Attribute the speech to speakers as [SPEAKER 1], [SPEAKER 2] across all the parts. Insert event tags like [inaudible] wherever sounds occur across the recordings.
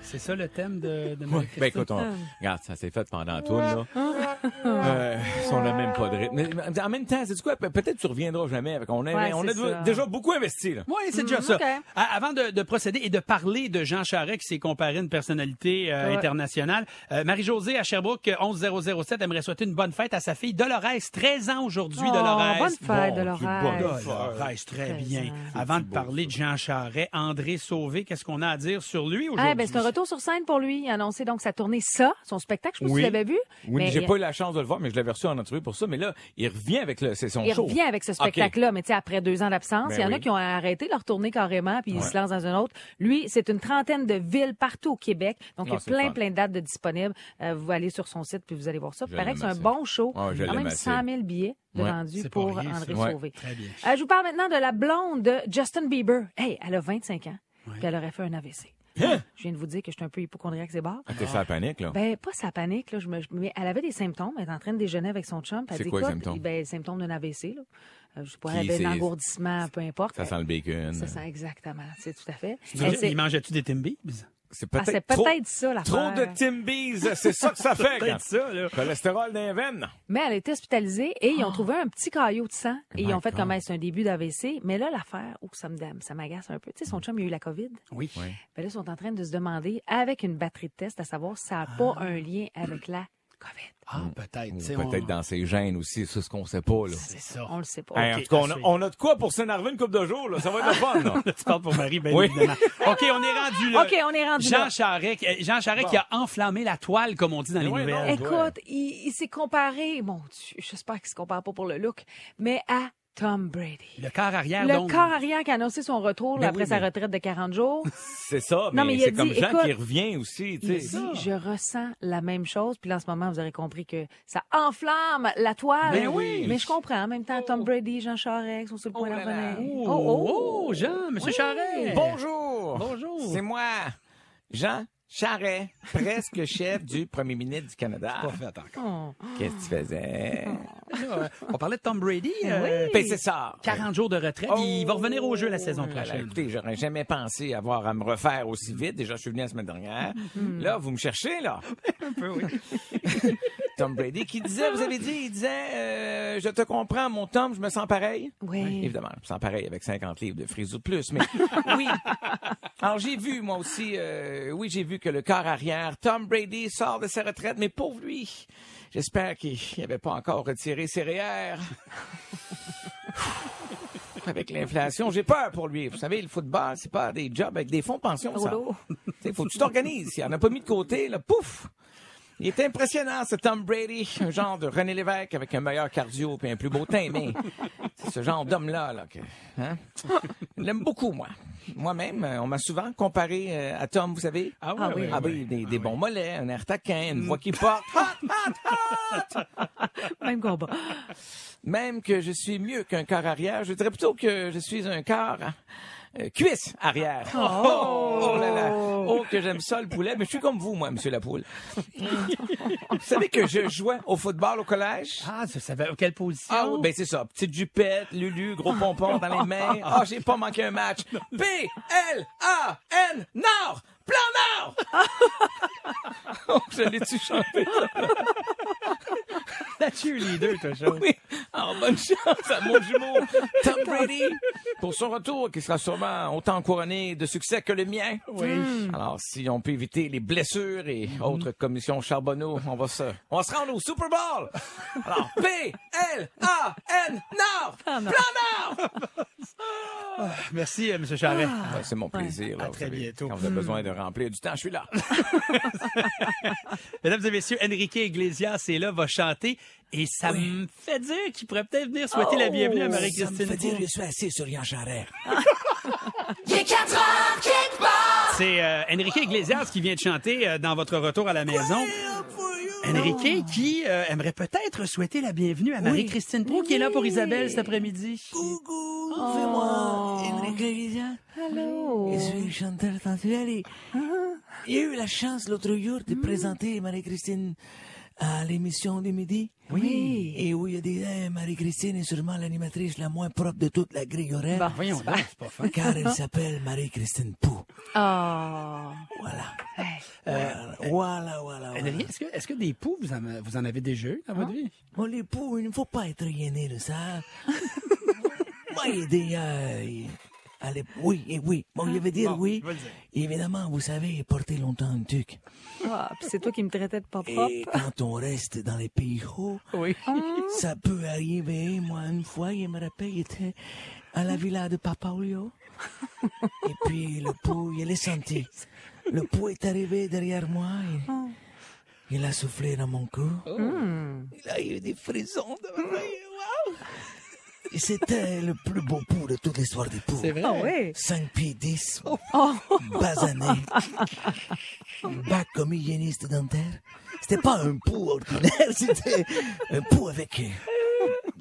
[SPEAKER 1] C'est ça le thème de, de
[SPEAKER 2] Ouais, ben écoute, on, regarde, ça s'est fait pendant
[SPEAKER 3] [laughs]
[SPEAKER 2] tout, là.
[SPEAKER 3] Ah.
[SPEAKER 2] Euh, si on n'a même pas de rythme. Mais, mais en même temps, c'est quoi? Pe- Peut-être tu reviendras jamais. Fait qu'on a-
[SPEAKER 3] Ouais,
[SPEAKER 2] on a
[SPEAKER 3] c'est ça.
[SPEAKER 2] de- déjà beaucoup investi, là.
[SPEAKER 1] Oui, c'est déjà
[SPEAKER 3] Mhm,
[SPEAKER 1] ça.
[SPEAKER 3] ok.
[SPEAKER 1] À- avant de, de procéder et de parler de Jean Charest qui s'est comparé à une personnalité euh,
[SPEAKER 3] Ouais.
[SPEAKER 1] internationale, euh, Marie-Josée à Sherbrooke, euh, 11007, aimerait souhaiter une bonne fête à sa fille Dolores, 13 ans aujourd'hui,
[SPEAKER 3] Oh,
[SPEAKER 1] Dolores.
[SPEAKER 3] bonne fête,
[SPEAKER 2] Bon,
[SPEAKER 3] Dolores.
[SPEAKER 2] tu bonnes
[SPEAKER 1] Dolores,
[SPEAKER 2] fêtes.
[SPEAKER 1] très
[SPEAKER 3] 13
[SPEAKER 1] bien.
[SPEAKER 3] ans.
[SPEAKER 1] Avant de parler de Jean Charest, André Sauvé, qu'est-ce qu'on a à dire sur lui aujourd'hui?
[SPEAKER 3] Ah, ben, c'est un retour sur scène pour lui. Il a annoncé donc sa tournée Ça, son spectacle. Je pense
[SPEAKER 2] Oui.
[SPEAKER 3] que tu l'avais vu.
[SPEAKER 2] Oui,
[SPEAKER 3] mais
[SPEAKER 2] j'ai
[SPEAKER 3] il-
[SPEAKER 2] pas eu la chance de le voir, mais je l'avais reçu en entrevue pour ça. Mais là, il revient avec le, c'est son
[SPEAKER 3] Il
[SPEAKER 2] show.
[SPEAKER 3] revient avec ce
[SPEAKER 2] Ok.
[SPEAKER 3] spectacle-là, mais tu sais, après deux ans d'absence,
[SPEAKER 2] Ben
[SPEAKER 3] il y en a
[SPEAKER 2] oui.
[SPEAKER 3] qui ont arrêté leur tournée carrément, puis ils
[SPEAKER 2] Ouais.
[SPEAKER 3] se lancent dans une autre. Lui, c'est une trentaine de villes partout au Québec, donc il y
[SPEAKER 2] Ah,
[SPEAKER 3] a
[SPEAKER 2] c'est
[SPEAKER 3] plein,
[SPEAKER 2] fun.
[SPEAKER 3] plein de dates de disponibles. Euh, vous allez sur son site, puis vous allez voir ça.
[SPEAKER 2] Je
[SPEAKER 3] Pareil que c'est un
[SPEAKER 2] l'aime
[SPEAKER 3] bon show.
[SPEAKER 2] Ouais, Ah, je
[SPEAKER 3] Quand
[SPEAKER 2] l'aime
[SPEAKER 3] même
[SPEAKER 2] assez.
[SPEAKER 3] 100 000 billets de
[SPEAKER 2] Ouais.
[SPEAKER 3] vendus
[SPEAKER 1] C'est pas
[SPEAKER 3] pour
[SPEAKER 1] rien,
[SPEAKER 3] André
[SPEAKER 2] ça. Ouais.
[SPEAKER 3] Sauvé.
[SPEAKER 1] Très bien.
[SPEAKER 3] Euh, je vous parle maintenant de la blonde de Justin Bieber. Hey, elle a 25 ans, puis elle aurait fait un AVC.
[SPEAKER 2] Hein?
[SPEAKER 3] Je viens de vous dire que je suis un peu hypochondriaque, c'est barre.
[SPEAKER 2] Ah, T'es sur la panique, là.
[SPEAKER 3] Ben, pas sa panique, là. Je me, je- mais elle avait des symptômes. Elle est en train de déjeuner avec son chum. puis Elle
[SPEAKER 2] C'est
[SPEAKER 3] dit,
[SPEAKER 2] quoi les
[SPEAKER 3] écoute,
[SPEAKER 2] symptômes?
[SPEAKER 3] Ben, les symptômes d'un AVC, là. Euh, je sais pas,
[SPEAKER 2] Qui,
[SPEAKER 3] elle avait
[SPEAKER 2] c'est-
[SPEAKER 3] un engourdissement, peu importe.
[SPEAKER 2] ça sent le bacon.
[SPEAKER 3] Ça Ah, sent exactement. C'est tout à fait.
[SPEAKER 1] Tu
[SPEAKER 3] Elle
[SPEAKER 1] dis,
[SPEAKER 3] s'est-
[SPEAKER 1] Il mangeait-tu des Timbies?
[SPEAKER 2] C'est
[SPEAKER 3] Ah,
[SPEAKER 2] peut-être
[SPEAKER 3] c'est
[SPEAKER 2] trop,
[SPEAKER 3] peut-être ça, l'affaire.
[SPEAKER 2] trop de Timbies. C'est ça que ça fait. quand-
[SPEAKER 1] ça, là.
[SPEAKER 2] Cholestérol dans les veines.
[SPEAKER 3] Mais elle était hospitalisée et
[SPEAKER 2] Ah.
[SPEAKER 3] ils ont trouvé un petit caillot de sang et ils ont fait comme elle, c'est un début d'AVC. Mais là, l'affaire, oh, ça me dame, ça m'agace un peu. Tu sais,
[SPEAKER 2] Mm.
[SPEAKER 3] son chum, il a eu la COVID.
[SPEAKER 1] Oui.
[SPEAKER 3] Ben là, ils sont en train de se demander, avec une batterie de tests, à savoir si ça n'a pas
[SPEAKER 2] Ah.
[SPEAKER 3] un lien avec la COVID.
[SPEAKER 1] Ah, peut-être. tu sais, on-
[SPEAKER 2] Peut-être dans ses gènes aussi. C'est ce qu'on sait pas, là.
[SPEAKER 1] C'est ça.
[SPEAKER 3] On le sait pas.
[SPEAKER 2] Ah. Hey, en
[SPEAKER 1] Ok,
[SPEAKER 2] tout cas, on a,
[SPEAKER 1] assez.
[SPEAKER 2] on a de quoi pour s'énerver une coupe de jours, là. Ça va être le fun,
[SPEAKER 3] [laughs]
[SPEAKER 2] là.
[SPEAKER 1] [laughs] tu parles pour Marie, bien
[SPEAKER 2] Oui.
[SPEAKER 1] évidemment. OK, on est rendu
[SPEAKER 2] hein.
[SPEAKER 1] là.
[SPEAKER 3] OK, on est rendu
[SPEAKER 1] Jean
[SPEAKER 3] là.
[SPEAKER 1] Charest, euh, Jean Charest qui a enflammé la toile, comme on dit dans les
[SPEAKER 2] oui,
[SPEAKER 1] nouvelles.
[SPEAKER 2] non.
[SPEAKER 3] Écoute, il, il s'est comparé, mon Dieu, j'espère qu'il se compare pas pour le look, mais à Tom Brady.
[SPEAKER 1] Le corps arrière,
[SPEAKER 3] Le
[SPEAKER 1] donc.
[SPEAKER 3] corps arrière qui a annoncé son retour là,
[SPEAKER 2] Mais
[SPEAKER 3] après
[SPEAKER 2] Ben oui,
[SPEAKER 3] sa
[SPEAKER 2] mais-
[SPEAKER 3] retraite de 40 jours,
[SPEAKER 2] C'est ça, mais,
[SPEAKER 3] Non, mais il a
[SPEAKER 2] c'est comme
[SPEAKER 3] dit,
[SPEAKER 2] Jean
[SPEAKER 3] écoute,
[SPEAKER 2] qui revient aussi,
[SPEAKER 3] il
[SPEAKER 2] tu
[SPEAKER 3] dit
[SPEAKER 2] sais.
[SPEAKER 3] Je ressens la même chose. Puis là, en ce moment, vous aurez compris que ça enflamme la toile.
[SPEAKER 2] Ben oui. Oh.
[SPEAKER 3] Mais je comprends. En même temps, Tom Brady, Jean Charest sont sur le point d'en revenir.
[SPEAKER 1] Oh,
[SPEAKER 3] Oh, oh.
[SPEAKER 1] oh, Jean, Monsieur Charest.
[SPEAKER 2] Bonjour!
[SPEAKER 1] Bonjour.
[SPEAKER 2] C'est moi, Jean Charest, presque [laughs] chef du premier ministre du Canada.
[SPEAKER 1] Pas fait, attends.
[SPEAKER 3] Oh.
[SPEAKER 2] Qu'est-ce que tu
[SPEAKER 1] [laughs]
[SPEAKER 2] faisais?
[SPEAKER 1] Là, euh, on parlait de Tom Brady. euh,
[SPEAKER 2] Ben, c'est ça.
[SPEAKER 1] 40 jours de retraite. Il va revenir au jeu la saison
[SPEAKER 2] Oh là là,
[SPEAKER 1] prochaine.
[SPEAKER 2] écoutez, j'aurais jamais pensé avoir à me refaire aussi vite. Déjà, je suis venu la semaine dernière.
[SPEAKER 1] Mm-hmm.
[SPEAKER 2] Là, vous me cherchez,
[SPEAKER 1] [laughs]
[SPEAKER 2] là. [laughs] Tom Brady qui disait, vous avez dit, il disait, euh, je te comprends, mon Tom, je me sens pareil.
[SPEAKER 3] Oui.
[SPEAKER 2] Évidemment, je me sens pareil avec 50 livres de frisou de plus, mais oui. Alors, j'ai vu, moi aussi, euh, oui, j'ai vu que le corps arrière, Tom Brady sort de sa retraite, mais pour lui, j'espère qu'il n'avait pas encore retiré ses REER. Avec l'inflation, j'ai peur pour lui. Vous savez, le football, c'est pas des jobs avec des fonds de pension, ça.
[SPEAKER 3] Rouleau.
[SPEAKER 2] Tu sais, Faut que tu t'organises. S'il en a pas mis de côté, là, pouf! Il est impressionnant, ce Tom Brady. Un genre de René Lévesque avec un meilleur cardio puis un plus beau teint, mais c'est ce genre d'homme-là, là, que, hein? Je l'aime beaucoup, moi. Moi-même, euh, on m'a souvent comparé euh, à Tom, vous savez?
[SPEAKER 1] Ah oui,
[SPEAKER 3] Ah oui.
[SPEAKER 1] oui,
[SPEAKER 2] Ah
[SPEAKER 1] oui.
[SPEAKER 2] oui, des, des bons mollets, un air taquin, une voix qui porte. Hot, hot, hot!
[SPEAKER 3] Même combat.
[SPEAKER 2] Même que je suis mieux qu'un corps arrière, je dirais plutôt que je suis un corps euh, cuisse arrière. Oh, oh, là là. Oh, que j'aime ça, le poulet. Mais je suis comme vous, moi, monsieur la poule. vous savez que je jouais au football au collège?
[SPEAKER 1] Ah, oh. ça savait quelle position?
[SPEAKER 2] Ah oui, ben c'est ça. Petite jupette, Lulu, gros pompon dans les mains. Ah, j'ai pas manqué un match. P-L-A-N, Nord! Plan Nord! oh, je l'ai-tu chanté?
[SPEAKER 1] la cheerleader, toi, Jean.
[SPEAKER 2] Ah Oui. Alors, bonne chance à mon jumeau Tom Brady pour son retour qui sera sûrement autant couronné de succès que le mien. Hmm. Alors, si on peut éviter les blessures et autres commissions Charbonneau, on va se, on va se rendre au Super Bowl. Alors, P-L-A-N, Nord! Plan Nord!
[SPEAKER 1] Ah, merci, M. Charret.
[SPEAKER 3] Ah.
[SPEAKER 2] Ouais, c'est mon plaisir. là,
[SPEAKER 1] À
[SPEAKER 2] vous
[SPEAKER 1] très
[SPEAKER 2] savez.
[SPEAKER 1] bientôt.
[SPEAKER 2] Quand vous avez besoin de remplir du temps, je suis là.
[SPEAKER 1] Mesdames et messieurs, Enrique Iglesias est là, va chanter. Et ça me fait dire qu'il pourrait peut-être venir souhaiter
[SPEAKER 3] Oh,
[SPEAKER 1] la bienvenue à Marie-Christine. Prou.
[SPEAKER 2] suis assis sur Yann Charret.
[SPEAKER 1] C'est euh, Enrique Iglesias qui vient de chanter euh, dans votre retour à la maison. Enrique qui euh, aimerait peut-être souhaiter la bienvenue à Marie-Christine Prou qui est là pour Isabelle cet après-midi.
[SPEAKER 3] Allô?
[SPEAKER 4] suis chanteur sensuel et j'ai eu la chance l'autre jour de présenter Marie-Christine à l'émission du midi. Oui. Et où il disait eh, Marie-Christine est sûrement l'animatrice la moins propre de toute la grille horaire.
[SPEAKER 3] Bah,
[SPEAKER 1] Voyons donc, c'est pas
[SPEAKER 4] [laughs]
[SPEAKER 1] fin.
[SPEAKER 4] Car elle s'appelle Marie-Christine Pou.
[SPEAKER 3] Ah.
[SPEAKER 4] Voilà. Euh, Voilà, voilà, voilà.
[SPEAKER 1] Enrique, est-ce que, est-ce que des poux, vous en, vous en avez déjà eu dans votre [laughs] vie?
[SPEAKER 4] Bon, les poux, il ne faut pas être gêné de [laughs] ça. Moi, il dit, euh, allez, oui, eh oui. Bon, je vais dire oui.
[SPEAKER 1] je vais le dire.
[SPEAKER 4] Évidemment, vous savez, porter longtemps un tuc.
[SPEAKER 3] Ah, puis c'est toi qui me traitais de pas propre.
[SPEAKER 4] Et quand on reste dans les pays hauts,
[SPEAKER 1] Oui.
[SPEAKER 4] [laughs] ça peut arriver. Moi, une fois, il me rappelle, j'étais à la villa de Papa Olio. Et puis, le pou, il est senti. Le pou est arrivé derrière moi. et Il a soufflé dans mon cou. Il a eu des frissons. De... Wow. Et C'était le plus beau pou de toute l'histoire des poux.
[SPEAKER 1] C'est vrai.
[SPEAKER 3] Ah oui.
[SPEAKER 4] 5 pieds 10, basané, bac comme hygiéniste dentaire. C'était pas un pou ordinaire, c'était un pou avec euh,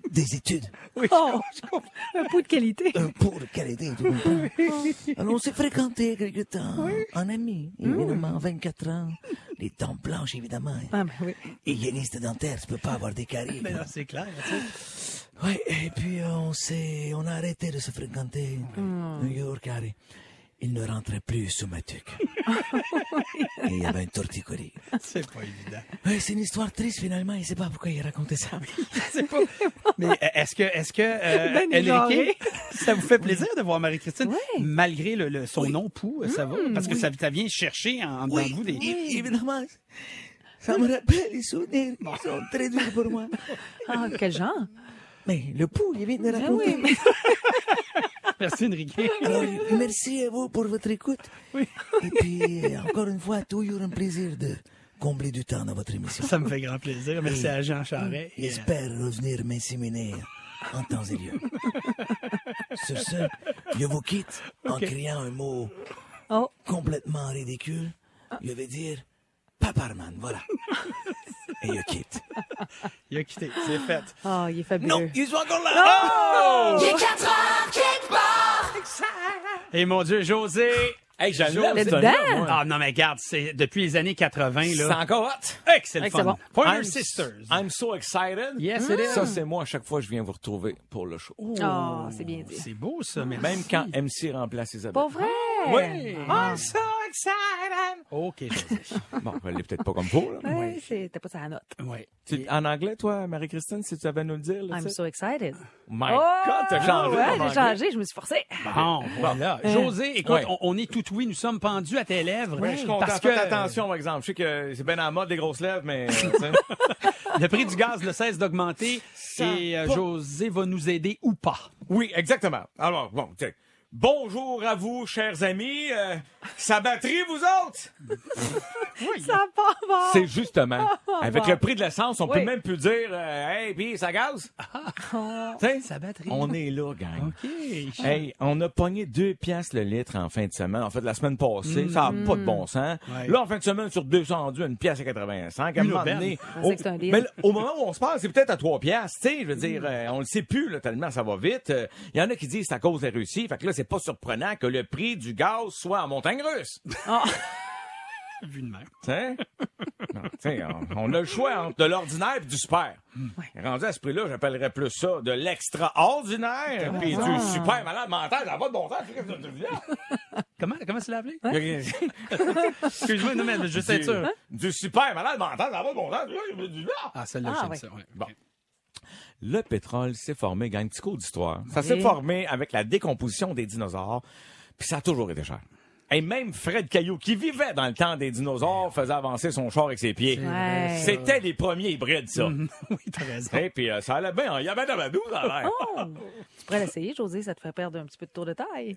[SPEAKER 4] des études,
[SPEAKER 3] Oh, un pot de qualité.
[SPEAKER 4] un pou de qualité. tu comprends? Alors on s'est fréquenté quelque temps, en ami, évidemment, 24 ans, les dents blanches évidemment,
[SPEAKER 3] Ah, ben oui.
[SPEAKER 4] hygiéniste dentaire, tu peux pas avoir des caries.
[SPEAKER 1] Mais Ben non, c'est clair. tu sais.
[SPEAKER 4] Ouais, et puis euh, on s'est, on a arrêté de se fréquenter.
[SPEAKER 3] Hmm.
[SPEAKER 4] New York, Harry. Il ne rentrait plus sous ma
[SPEAKER 3] [laughs]
[SPEAKER 4] tuque. Et il y avait une torticolis.
[SPEAKER 1] C'est pas évident.
[SPEAKER 4] Ouais, c'est une histoire triste finalement. Il sait pas pourquoi il racontait ça.
[SPEAKER 1] [laughs] C'est pas- Mais euh, est-ce que, est-ce que [laughs] euh,
[SPEAKER 3] Ben
[SPEAKER 1] Enrique,
[SPEAKER 3] égaré.
[SPEAKER 1] [laughs] ça vous fait plaisir de voir Marie-Christine
[SPEAKER 3] Oui.
[SPEAKER 1] malgré le, le- son nom pou, ça va parce que ça, ça vient chercher en, en dedans de vous des.
[SPEAKER 4] é- évidemment. Ça me rappelle les souvenirs qui sont très durs pour moi.
[SPEAKER 3] Ah, quel genre?
[SPEAKER 4] Mais le pou, il vient de
[SPEAKER 3] Ah oui,
[SPEAKER 4] raconter.
[SPEAKER 3] mais
[SPEAKER 1] [laughs] Merci [laughs] Enrique.
[SPEAKER 4] Alors, merci à vous pour votre écoute. Et puis, euh, encore une fois, toujours un plaisir de combler du temps dans votre émission.
[SPEAKER 1] Ça me fait grand plaisir. Merci à Jean Charret. Et, euh,
[SPEAKER 4] J'espère revenir m'inséminer en temps et lieu. Sur ce, je vous quitte en criant un mot
[SPEAKER 3] Oh.
[SPEAKER 4] complètement ridicule. Je vais dire Paparman, voilà. Et je quitte.
[SPEAKER 1] il a quitté. C'est fait.
[SPEAKER 3] Ah, il est fabuleux.
[SPEAKER 2] Non, ils sont encore là.
[SPEAKER 1] Et Eh, mon Dieu, José.
[SPEAKER 2] Hey, j'aime
[SPEAKER 1] José-
[SPEAKER 2] le
[SPEAKER 3] dedans.
[SPEAKER 1] Ah non mais regarde, c'est depuis les années 80
[SPEAKER 2] C'est
[SPEAKER 1] là.
[SPEAKER 2] encore hot.
[SPEAKER 1] Hey, que c'est le
[SPEAKER 3] Hey, que c'est
[SPEAKER 1] fun.
[SPEAKER 3] bon.
[SPEAKER 1] Pointer
[SPEAKER 2] I'm-
[SPEAKER 1] Sisters.
[SPEAKER 2] I'm so excited.
[SPEAKER 1] Yes, it is.
[SPEAKER 2] Ça, c'est moi à chaque fois je viens vous retrouver pour le show.
[SPEAKER 3] Ah, c'est bien dit.
[SPEAKER 1] C'est beau ça, mais
[SPEAKER 2] Même quand MC remplace Isabelle.
[SPEAKER 3] Pas vrai?
[SPEAKER 2] Oui.
[SPEAKER 1] I'm so excited. OK, José.
[SPEAKER 2] Bon, elle l'est peut-être pas comme vous. là.
[SPEAKER 3] Ouais, c'est- T'as pas sa note.
[SPEAKER 1] ouais.
[SPEAKER 2] Tu- En anglais, toi, Marie-Christine, si tu avais à nous le dire. Là,
[SPEAKER 3] I'm
[SPEAKER 2] tu sais.
[SPEAKER 3] so excited. Oh,
[SPEAKER 2] My God, t'as changé.
[SPEAKER 3] Ouais,
[SPEAKER 2] en
[SPEAKER 3] j'ai
[SPEAKER 2] anglais. Euh,
[SPEAKER 3] changé, je me suis forcée.
[SPEAKER 1] Bon, voilà. José, écoute,
[SPEAKER 2] Ouais.
[SPEAKER 1] on, on est tout oui, nous sommes pendus à tes lèvres.
[SPEAKER 2] Ouais, je suis content.
[SPEAKER 1] Parce que
[SPEAKER 2] Faites attention, par exemple. Je sais que c'est bien à la mode, les grosses lèvres, mais... euh, tu sais.
[SPEAKER 1] [laughs] le prix du gaz ne cesse d'augmenter et euh,
[SPEAKER 2] pas-
[SPEAKER 1] José va nous aider ou pas.
[SPEAKER 2] [laughs] oui, exactement. Alors, bon, tu sais. Bonjour à vous, chers amis. Euh, ça batterie, vous autres?
[SPEAKER 3] Ça part bon.
[SPEAKER 2] C'est justement. Avec
[SPEAKER 3] bon.
[SPEAKER 2] le prix de l'essence, on
[SPEAKER 3] Oui.
[SPEAKER 2] peut même plus dire euh, Hey, puis ça gaz? Tu sais,
[SPEAKER 1] Sa batterie.
[SPEAKER 2] Ah, on est là, gang.
[SPEAKER 1] OK.
[SPEAKER 2] Hey, on a pogné deux piastres le litre en fin de semaine. En fait, la semaine passée, ça n'a pas de bon sens.
[SPEAKER 1] Mm. Ouais.
[SPEAKER 2] Là, en fin de semaine, sur 200 rendu à une pièce à 85. À un
[SPEAKER 1] Une
[SPEAKER 2] moment
[SPEAKER 1] aubaine.
[SPEAKER 2] donné,
[SPEAKER 3] Je pensais
[SPEAKER 2] au,
[SPEAKER 3] que c'était un deal.
[SPEAKER 2] mais là, au moment où on se parle, c'est peut-être à trois piastres. Tu sais, je veux dire,
[SPEAKER 1] Mm.
[SPEAKER 2] euh, on le sait plus, là, tellement ça va vite. Euh, Il y en a qui disent que c'est à cause de la Russie. Fait que là, c'est pas surprenant que le prix du gaz soit en montagne russe.
[SPEAKER 1] Vu de même.
[SPEAKER 2] Tu sais? Non, tu sais, on, on a le choix entre de l'ordinaire et du super. Rendu à ce prix-là, j'appellerais plus ça de l'extraordinaire puis
[SPEAKER 3] Ah.
[SPEAKER 2] du super malade mental. Ça n'a pas de bon sens. Tu sais, qu'est-ce que tu hein? veux dire?
[SPEAKER 1] Comment, comment c'est appelé?
[SPEAKER 2] Du,
[SPEAKER 1] Excuse-moi, non, mais juste être sûr.
[SPEAKER 2] du super malade mental, ça va bon sens.
[SPEAKER 1] Ah, celle-là,
[SPEAKER 3] Ah,
[SPEAKER 1] j'aime
[SPEAKER 3] ouais.
[SPEAKER 1] ça. ouais. [laughs]
[SPEAKER 2] Bon.
[SPEAKER 1] OK.
[SPEAKER 2] Le pétrole s'est formé, gagne petit cours d'histoire. Ça s'est
[SPEAKER 3] Oui.
[SPEAKER 2] formé avec la décomposition des dinosaures, puis ça a toujours été cher. Et même Fred Caillou, qui vivait dans le temps des dinosaures, faisait avancer son char avec ses pieds.
[SPEAKER 3] vrai, ça. Mm-hmm.
[SPEAKER 2] C'était les premiers hybrides, ça.
[SPEAKER 1] oui, t'as raison.
[SPEAKER 2] Et puis euh, ça allait bien. Il y avait dans ma douce, ça allait.
[SPEAKER 3] Oh! Tu pourrais l'essayer, José, ça te fait perdre un petit peu de tour de taille.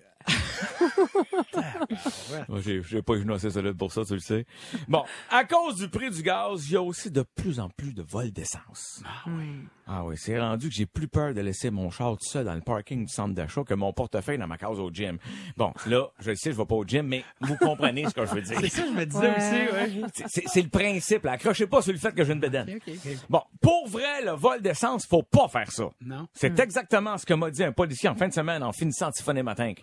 [SPEAKER 2] Moi, j'ai, j'ai pas eu une assez solide pour ça, tu le sais. Bon, à cause du prix du gaz, il y a aussi de plus en plus de vols d'essence. Ah oui. Ah oui, c'est rendu que j'ai plus peur de laisser mon char tout seul dans le parking du centre d'achat que mon portefeuille dans ma case au gym. Bon, là, je le sais, je vais pas au gym, mais vous comprenez ce que je veux dire.
[SPEAKER 1] C'est ça, je me disais
[SPEAKER 3] Ouais.
[SPEAKER 1] aussi, ouais.
[SPEAKER 2] C'est- C'est c'est le principe. là. Accrochez pas sur le fait que j'ai une bédaine.
[SPEAKER 1] ok, ok.
[SPEAKER 2] Bon, pour vrai, le vol d'essence, faut pas faire ça.
[SPEAKER 1] Non.
[SPEAKER 2] C'est
[SPEAKER 3] Hmm.
[SPEAKER 2] exactement ce que m'a dit un policier en fin de semaine en finissant de siphonner
[SPEAKER 3] [laughs]
[SPEAKER 2] ma tank.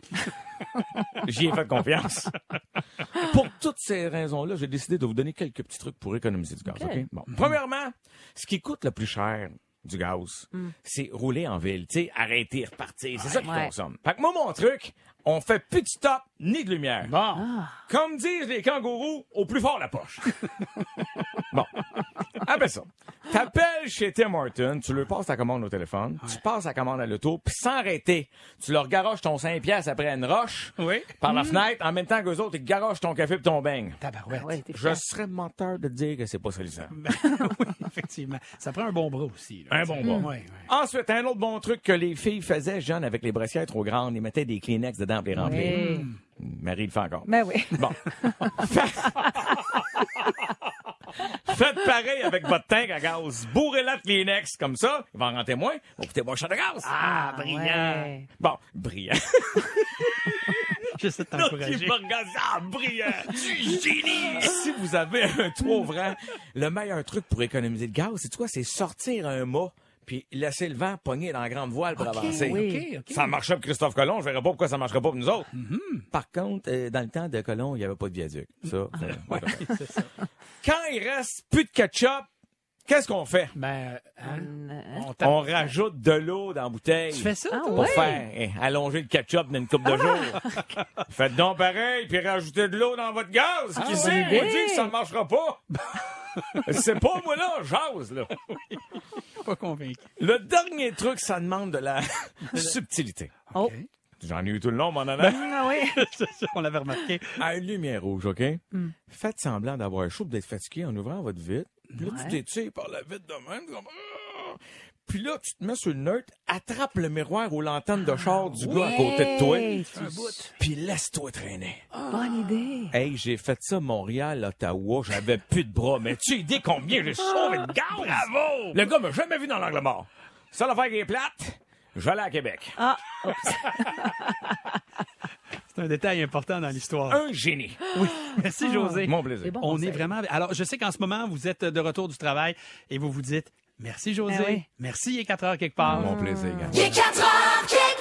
[SPEAKER 2] J'y ai fait confiance. pour toutes ces raisons-là, j'ai décidé de vous donner quelques petits trucs pour économiser du gaz.
[SPEAKER 3] Ok.
[SPEAKER 2] ok? Bon, premièrement, ce qui coûte le plus cher du gaz, c'est rouler en ville, tu sais, arrêter, repartir. C'est ça qui
[SPEAKER 3] Hmm. Ouais.
[SPEAKER 2] consomme. Fait que moi, mon truc, on fait plus de stop ni de lumière.
[SPEAKER 1] Bon.
[SPEAKER 2] Comme disent les kangourous, au plus fort la poche. bon. Après ça, t'appelles chez Tim Horton, tu leur passes ta commande au téléphone, tu passes ta commande à l'auto, puis sans arrêter, tu leur garoches ton 5 piastres après une roche
[SPEAKER 1] Oui.
[SPEAKER 2] par la fenêtre, en même temps qu'eux autres, ils garochent ton café et ton beigne.
[SPEAKER 1] Tabarouette.
[SPEAKER 3] Ah Ouais, t'es
[SPEAKER 2] Je serais menteur de dire que c'est pas sollicent.
[SPEAKER 1] [laughs] oui, effectivement. Ça prend un bon bras aussi. là.
[SPEAKER 2] Un bon bras.
[SPEAKER 1] Mm. Ouais, ouais.
[SPEAKER 2] [laughs] Ensuite, un autre bon truc que les filles faisaient jeunes avec les brassières trop grandes, ils mettaient des Kleenex dedans pour les remplir.
[SPEAKER 3] Oui.
[SPEAKER 2] Marie le fait encore.
[SPEAKER 3] Ben oui.
[SPEAKER 2] Bon. Faites pareil avec votre tank à gaz. Bourrez-la de Kleenex comme ça. Il va en rentrer moins. Vous coûtez moins cher de gaz.
[SPEAKER 1] Ah, brillant.
[SPEAKER 3] Ouais.
[SPEAKER 2] Bon, brillant. [laughs]
[SPEAKER 1] J'essaie de
[SPEAKER 2] Non, qui
[SPEAKER 1] t'encourager.
[SPEAKER 2] me regarde, Ah, brillant. Du génie. Si vous avez un trop grand, le meilleur truc pour économiser de gaz, c'est quoi? C'est sortir un mât puis laisser le vent pogner dans la grande voile pour avancer.
[SPEAKER 3] oui.
[SPEAKER 1] OK, Mm-hmm. OK.
[SPEAKER 2] Ça marchait pour Christophe Colomb, je verrais pas pourquoi ça marcherait pas pour nous autres. Par contre, euh, dans le temps de Colomb, il n'y avait pas de viaduc. Ça, euh,
[SPEAKER 1] Ah. [laughs]
[SPEAKER 2] ouais. Quand il reste plus de ketchup, qu'est-ce qu'on fait?
[SPEAKER 1] Ben,
[SPEAKER 2] Ah
[SPEAKER 1] hein, on tape.
[SPEAKER 2] On rajoute de l'eau dans la bouteille.
[SPEAKER 1] Tu fais ça, Ah!
[SPEAKER 3] Ah,
[SPEAKER 1] toi?
[SPEAKER 2] Pour
[SPEAKER 3] ouais.
[SPEAKER 2] faire eh, allonger le ketchup dans une coupe de jours. Faites donc pareil, puis rajoutez de l'eau dans votre gaz.
[SPEAKER 1] Ah
[SPEAKER 2] qui sait?
[SPEAKER 3] ouais.
[SPEAKER 2] Moi, dis que ça ne
[SPEAKER 1] [laughs]
[SPEAKER 2] marchera pas. C'est pas moi, là, j'ose, là.
[SPEAKER 1] Je suis pas convaincu. [laughs]
[SPEAKER 2] Le dernier truc, ça demande de la subtilité.
[SPEAKER 3] Oh.
[SPEAKER 2] J'en ai eu tout le long, mon honneur.
[SPEAKER 3] Ah oui.
[SPEAKER 1] on l'avait remarqué.
[SPEAKER 2] à une lumière rouge, OK?
[SPEAKER 3] Hmm.
[SPEAKER 2] Faites semblant d'avoir chaud, d'être fatigué en ouvrant votre vitre. Puis là, tu t'étires par la vitre de même. comme, Ah! Puis là, tu te mets sur le neutre, attrape le miroir ou l'antenne de
[SPEAKER 3] Ah,
[SPEAKER 2] char du gars à côté de
[SPEAKER 3] Hey,
[SPEAKER 2] toi. Puis laisse-toi traîner.
[SPEAKER 3] Bonne idée.
[SPEAKER 2] Hey, j'ai fait ça Montréal, Ottawa, j'avais plus de bras, mais tu idée combien j'ai sauvé de gaz! Bravo! Le gars m'a jamais vu dans l'angle mort. Ça, l'affaire qui est plate, j'allais à Québec.
[SPEAKER 3] Ah, oups.
[SPEAKER 1] C'est un détail important dans l'histoire.
[SPEAKER 2] Un génie.
[SPEAKER 1] Merci, José.
[SPEAKER 2] Mon plaisir.
[SPEAKER 3] Ah! bon.
[SPEAKER 1] on
[SPEAKER 3] conseil.
[SPEAKER 1] est vraiment. Alors, je sais qu'en ce moment, vous êtes de retour du travail et vous vous dites merci, José.
[SPEAKER 3] Ben oui. Mmh.
[SPEAKER 1] Merci, il est 4 heures quelque part.
[SPEAKER 2] Ah, Mon plaisir, gars.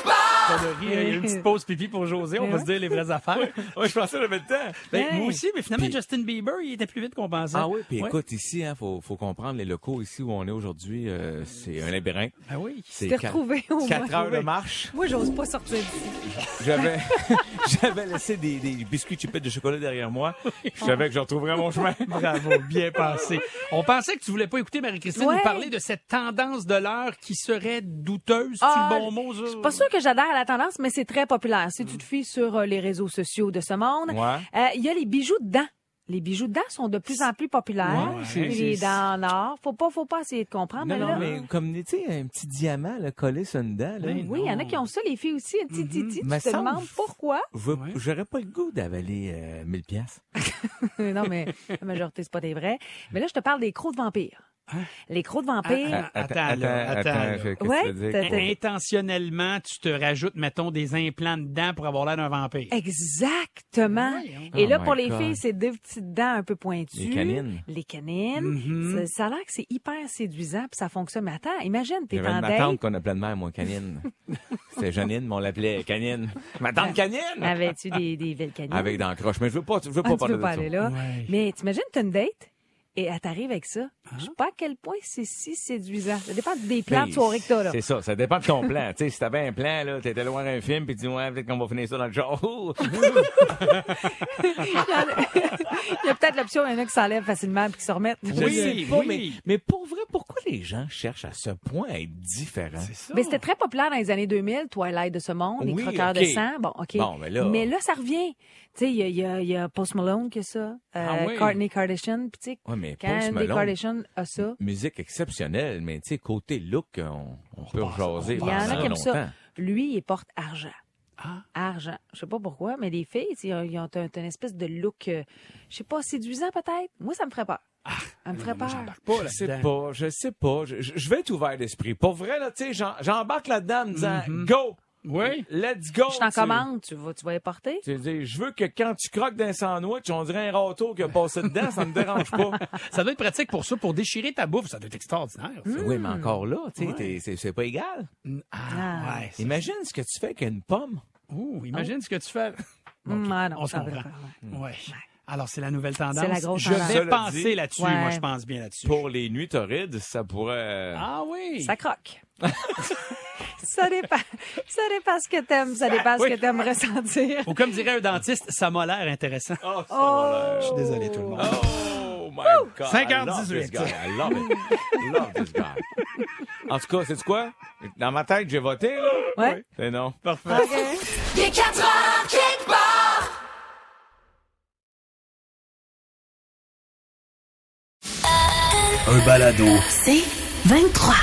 [SPEAKER 1] Pas de rire, Il y a eu une petite pause pipi pour José. On va se dire les vraies affaires.
[SPEAKER 2] Ouais, je pensais j'avais le temps.
[SPEAKER 1] Ben,
[SPEAKER 3] Ben Hey.
[SPEAKER 1] Moi aussi, mais finalement,
[SPEAKER 2] Puis-
[SPEAKER 1] Justin Bieber, il était plus vite qu'on pensait.
[SPEAKER 2] Ah oui, puis
[SPEAKER 1] Ouais.
[SPEAKER 2] écoute, ici, hein, faut, faut comprendre, les locaux ici où on est aujourd'hui, euh, c'est un labyrinthe.
[SPEAKER 1] Ben oui.
[SPEAKER 2] C'est
[SPEAKER 3] T'es
[SPEAKER 2] quatre-
[SPEAKER 3] retrouvé au moins.
[SPEAKER 2] quatre heures de marche.
[SPEAKER 3] Moi, j'ose pas sortir d'ici. [laughs]
[SPEAKER 2] J'avais, [laughs] j'avais laissé des, des biscuits chipettes de chocolat derrière moi. Je savais que je retrouverais
[SPEAKER 3] [laughs]
[SPEAKER 2] mon chemin.
[SPEAKER 1] Bravo, bien pensé. On pensait que tu voulais pas écouter Marie-Christine
[SPEAKER 3] Ouais.
[SPEAKER 1] nous parler de cette tendance de l'heure qui serait douteuse,
[SPEAKER 3] Ah,
[SPEAKER 1] c'est le bon mot. ça?
[SPEAKER 3] Je suis pas sûre que j'adhère à la tendance, mais c'est très populaire. Si tu te fies sur euh, les réseaux sociaux de ce monde,
[SPEAKER 2] Mm. Ouais.
[SPEAKER 3] euh, il y a les bijoux de dents. Les bijoux de dents sont de plus en plus populaires.
[SPEAKER 2] Ouais, c'est-
[SPEAKER 3] les dents en or. Faut pas, faut pas essayer de comprendre.
[SPEAKER 2] Non,
[SPEAKER 3] mais
[SPEAKER 2] non,
[SPEAKER 3] là,
[SPEAKER 2] mais comme, tu sais, un petit diamant là, collé sur une dent. Là.
[SPEAKER 3] oui, il y en a qui ont ça, les filles aussi. Un petit titi.
[SPEAKER 2] Mm-hmm. Mais
[SPEAKER 3] Tu te
[SPEAKER 2] ça,
[SPEAKER 3] demandes
[SPEAKER 2] on- [laughs]
[SPEAKER 3] pourquoi. [laughs]
[SPEAKER 2] Je- J'aurais pas le goût d'avaler euh, 1000 piastres.
[SPEAKER 3] non, mais la majorité, c'est pas des vrais. Mais là, je te parle des crocs de vampires.
[SPEAKER 2] Hein?
[SPEAKER 3] Les crocs de vampires.
[SPEAKER 1] Ah, attends, là, attends, là.
[SPEAKER 2] je- qu'est-ce que
[SPEAKER 3] Ouais,
[SPEAKER 2] tu veux dire?
[SPEAKER 3] t'as- t'as-
[SPEAKER 1] Intentionnellement, tu te rajoutes, mettons, des implants dedans pour avoir l'air d'un vampire.
[SPEAKER 3] Exactement. Et
[SPEAKER 2] ah. Oh
[SPEAKER 3] là,
[SPEAKER 2] my
[SPEAKER 3] pour les
[SPEAKER 2] God.
[SPEAKER 3] filles, c'est deux petites dents un peu pointues.
[SPEAKER 2] Les canines.
[SPEAKER 3] Les canines.
[SPEAKER 2] Mm-hmm.
[SPEAKER 3] Ça- Ça a l'air que c'est hyper séduisant, puis ça fonctionne. Mais attends, imagine, t'es
[SPEAKER 2] J'avais
[SPEAKER 3] en
[SPEAKER 2] une ma tante
[SPEAKER 3] date.
[SPEAKER 2] qu'on appelait de mère, moi, Canine. C'était Janine, mais on l'appelait Canine. Ma
[SPEAKER 3] Ah.
[SPEAKER 2] tante Canine!
[SPEAKER 3] [laughs] Avais-tu des, des belles canines?
[SPEAKER 2] Avec dans le croche. Mais je veux pas, je veux
[SPEAKER 3] Ah,
[SPEAKER 2] pas
[SPEAKER 3] tu
[SPEAKER 2] parler
[SPEAKER 3] veux pas
[SPEAKER 2] de
[SPEAKER 3] aller
[SPEAKER 2] ça.
[SPEAKER 3] là.
[SPEAKER 1] Ouais.
[SPEAKER 3] Mais t'imagines, t'as une date Et elle t'arrive avec ça.
[SPEAKER 2] Hein?
[SPEAKER 3] Je sais pas à quel point c'est si séduisant. Ça dépend des plans de soirée que t'as, là.
[SPEAKER 2] Ben,
[SPEAKER 3] [laughs]
[SPEAKER 2] C'est ça, ça dépend de ton plan. [laughs] tu sais, si t'avais un plan, là, t'étais loin d'un film, puis tu dis, ouais, peut-être qu'on va finir ça dans le genre. [laughs]
[SPEAKER 3] [laughs] Il y en a- il y a peut-être l'option, il y en a qui s'enlèvent facilement puis qui se remettent.
[SPEAKER 2] Je sais pas,
[SPEAKER 1] oui.
[SPEAKER 2] mais, mais pour vrai, pourquoi les gens cherchent à ce point à être différents?
[SPEAKER 3] Mais c'était très populaire dans les années 2000, Twilight de ce monde,
[SPEAKER 2] Oui,
[SPEAKER 3] les croqueurs
[SPEAKER 2] ok.
[SPEAKER 3] de sang. Bon, OK.
[SPEAKER 2] Bon, mais là-
[SPEAKER 3] ça revient. Tu sais, il y a, il y a- il y a Post Malone qui a ça, euh,
[SPEAKER 2] Ah oui.
[SPEAKER 3] Courtney Kardashian. Puis tu sais,
[SPEAKER 2] Ouais, mais
[SPEAKER 3] quand
[SPEAKER 2] Post
[SPEAKER 3] Andy
[SPEAKER 2] Malone-
[SPEAKER 3] Kardashian a ça,
[SPEAKER 2] Musique exceptionnelle, mais tu sais, côté look, on, on peut jaser.
[SPEAKER 3] il y en a
[SPEAKER 2] pendant
[SPEAKER 3] qui aiment ça.
[SPEAKER 2] longtemps.
[SPEAKER 3] Lui, il porte argent. Argent. Je sais pas pourquoi, mais les filles, tu sais, ils ont, ils ont un, une espèce de look, euh, je sais pas, séduisant peut-être. Moi, ça me ferait peur. ça me ferait peur.
[SPEAKER 1] Pas
[SPEAKER 2] Je sais pas, je sais pas. Je, je- je vais être ouvert d'esprit. Pour vrai, là, tu sais, j'en- j'embarque là-dedans en me disant,
[SPEAKER 1] Mm-hmm.
[SPEAKER 2] go!
[SPEAKER 1] Oui.
[SPEAKER 2] Let's go!
[SPEAKER 3] Je t'en
[SPEAKER 2] tu-
[SPEAKER 3] commande, tu vas, tu vas y porter.
[SPEAKER 2] Tu veux dire, je veux que quand tu croques d'un sandwich, on dirait un râteau qui a passé dedans, ça me dérange pas.
[SPEAKER 1] [laughs] Ça doit être pratique pour ça, pour déchirer ta bouffe. Ça doit être extraordinaire.
[SPEAKER 3] Mm.
[SPEAKER 1] ça.
[SPEAKER 2] Oui, mais encore là, tu sais, t'es- c'est- c'est pas égal.
[SPEAKER 1] Ah, ouais. c'est-
[SPEAKER 2] Imagine ce que tu fais avec une pomme.
[SPEAKER 1] Ouh, imagine ce que tu fais.
[SPEAKER 3] Hum, ah non,
[SPEAKER 1] On se
[SPEAKER 3] ça me ferait
[SPEAKER 1] comprend.
[SPEAKER 3] peur, ouais.
[SPEAKER 1] Ouais. Alors, c'est la nouvelle tendance.
[SPEAKER 3] C'est la grosse
[SPEAKER 1] je
[SPEAKER 3] tendance.
[SPEAKER 1] vais
[SPEAKER 2] Cela
[SPEAKER 1] penser
[SPEAKER 2] dit-
[SPEAKER 1] là-dessus.
[SPEAKER 3] Ouais.
[SPEAKER 1] Moi, je pense bien là-dessus.
[SPEAKER 2] Pour les nuits torrides, ça pourrait...
[SPEAKER 1] Ah oui.
[SPEAKER 3] Ça croque. [laughs] ça dépend. Ça dépend ce que t'aimes. Ça dépend
[SPEAKER 1] Oui.
[SPEAKER 3] ce que t'aimes ressentir.
[SPEAKER 1] Ou comme dirait un dentiste, ça m'a l'air intéressant.
[SPEAKER 2] Oh, ça va l'air.
[SPEAKER 1] Je suis désolé, tout le monde.
[SPEAKER 2] Oh my God.
[SPEAKER 1] 5h18.
[SPEAKER 2] I love this guy. I love it. I love this guy.
[SPEAKER 1] [laughs]
[SPEAKER 2] En tout cas, c'est quoi? Dans ma tête, j'ai voté, là.
[SPEAKER 3] Ouais.
[SPEAKER 2] Mais non.
[SPEAKER 1] Parfait.
[SPEAKER 5] Il est 4 heures, quelque part.
[SPEAKER 4] Un balado.
[SPEAKER 6] C'est 23.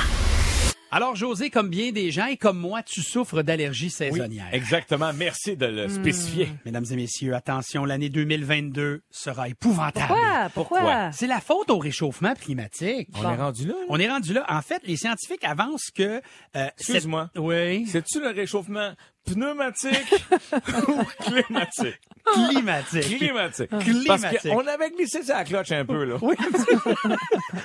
[SPEAKER 1] Alors, José, comme bien des gens et comme moi, tu souffres d'allergies saisonnières.
[SPEAKER 2] Exactement. Merci de
[SPEAKER 3] Mm.
[SPEAKER 2] le spécifier.
[SPEAKER 1] Mesdames et messieurs, attention, l'année 2022 sera épouvantable.
[SPEAKER 3] Pourquoi? Pourquoi?
[SPEAKER 1] C'est la faute au réchauffement climatique.
[SPEAKER 2] On est rendu là, là.
[SPEAKER 1] On est rendu là. En fait, les scientifiques avancent que... euh,
[SPEAKER 2] Excuse-moi.
[SPEAKER 1] cette-
[SPEAKER 2] [laughs]
[SPEAKER 1] Oui.
[SPEAKER 2] C'est-tu le réchauffement pneumatique [laughs] ou climatique?
[SPEAKER 1] Climatique.
[SPEAKER 2] Climatique.
[SPEAKER 1] Climatique.
[SPEAKER 2] Parce qu'on avait glissé ça à la cloche un peu, là.
[SPEAKER 1] Oui,